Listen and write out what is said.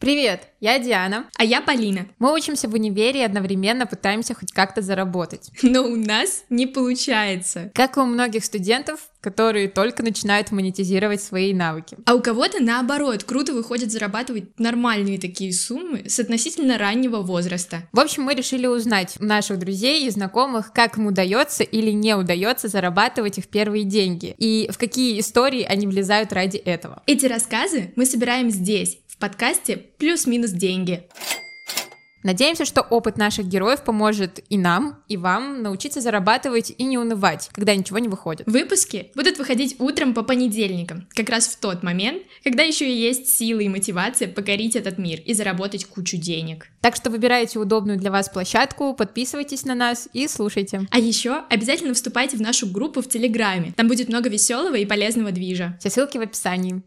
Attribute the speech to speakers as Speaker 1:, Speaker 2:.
Speaker 1: Привет, я Диана.
Speaker 2: А я Полина.
Speaker 1: Мы учимся в универе и одновременно пытаемся хоть как-то заработать.
Speaker 2: Но у нас не получается.
Speaker 1: Как и у многих студентов, которые только начинают монетизировать свои навыки.
Speaker 2: А у кого-то наоборот, круто выходит зарабатывать нормальные такие суммы с относительно раннего возраста.
Speaker 1: В общем, мы решили узнать у наших друзей и знакомых, как им удается или не удается зарабатывать их первые деньги, и в какие истории они влезают ради этого.
Speaker 2: Эти рассказы мы собираем здесь, в подкасте «Плюс-минус деньги».
Speaker 1: Надеемся, что опыт наших героев поможет и нам, и вам научиться зарабатывать и не унывать, когда ничего не выходит.
Speaker 2: Выпуски будут выходить утром по понедельникам, как раз в тот момент, когда еще и есть силы и мотивация покорить этот мир и заработать кучу денег.
Speaker 1: Так что выбирайте удобную для вас площадку, подписывайтесь на нас и слушайте.
Speaker 2: А еще обязательно вступайте в нашу группу в Телеграме, там будет много веселого и полезного движа.
Speaker 1: Все ссылки в описании.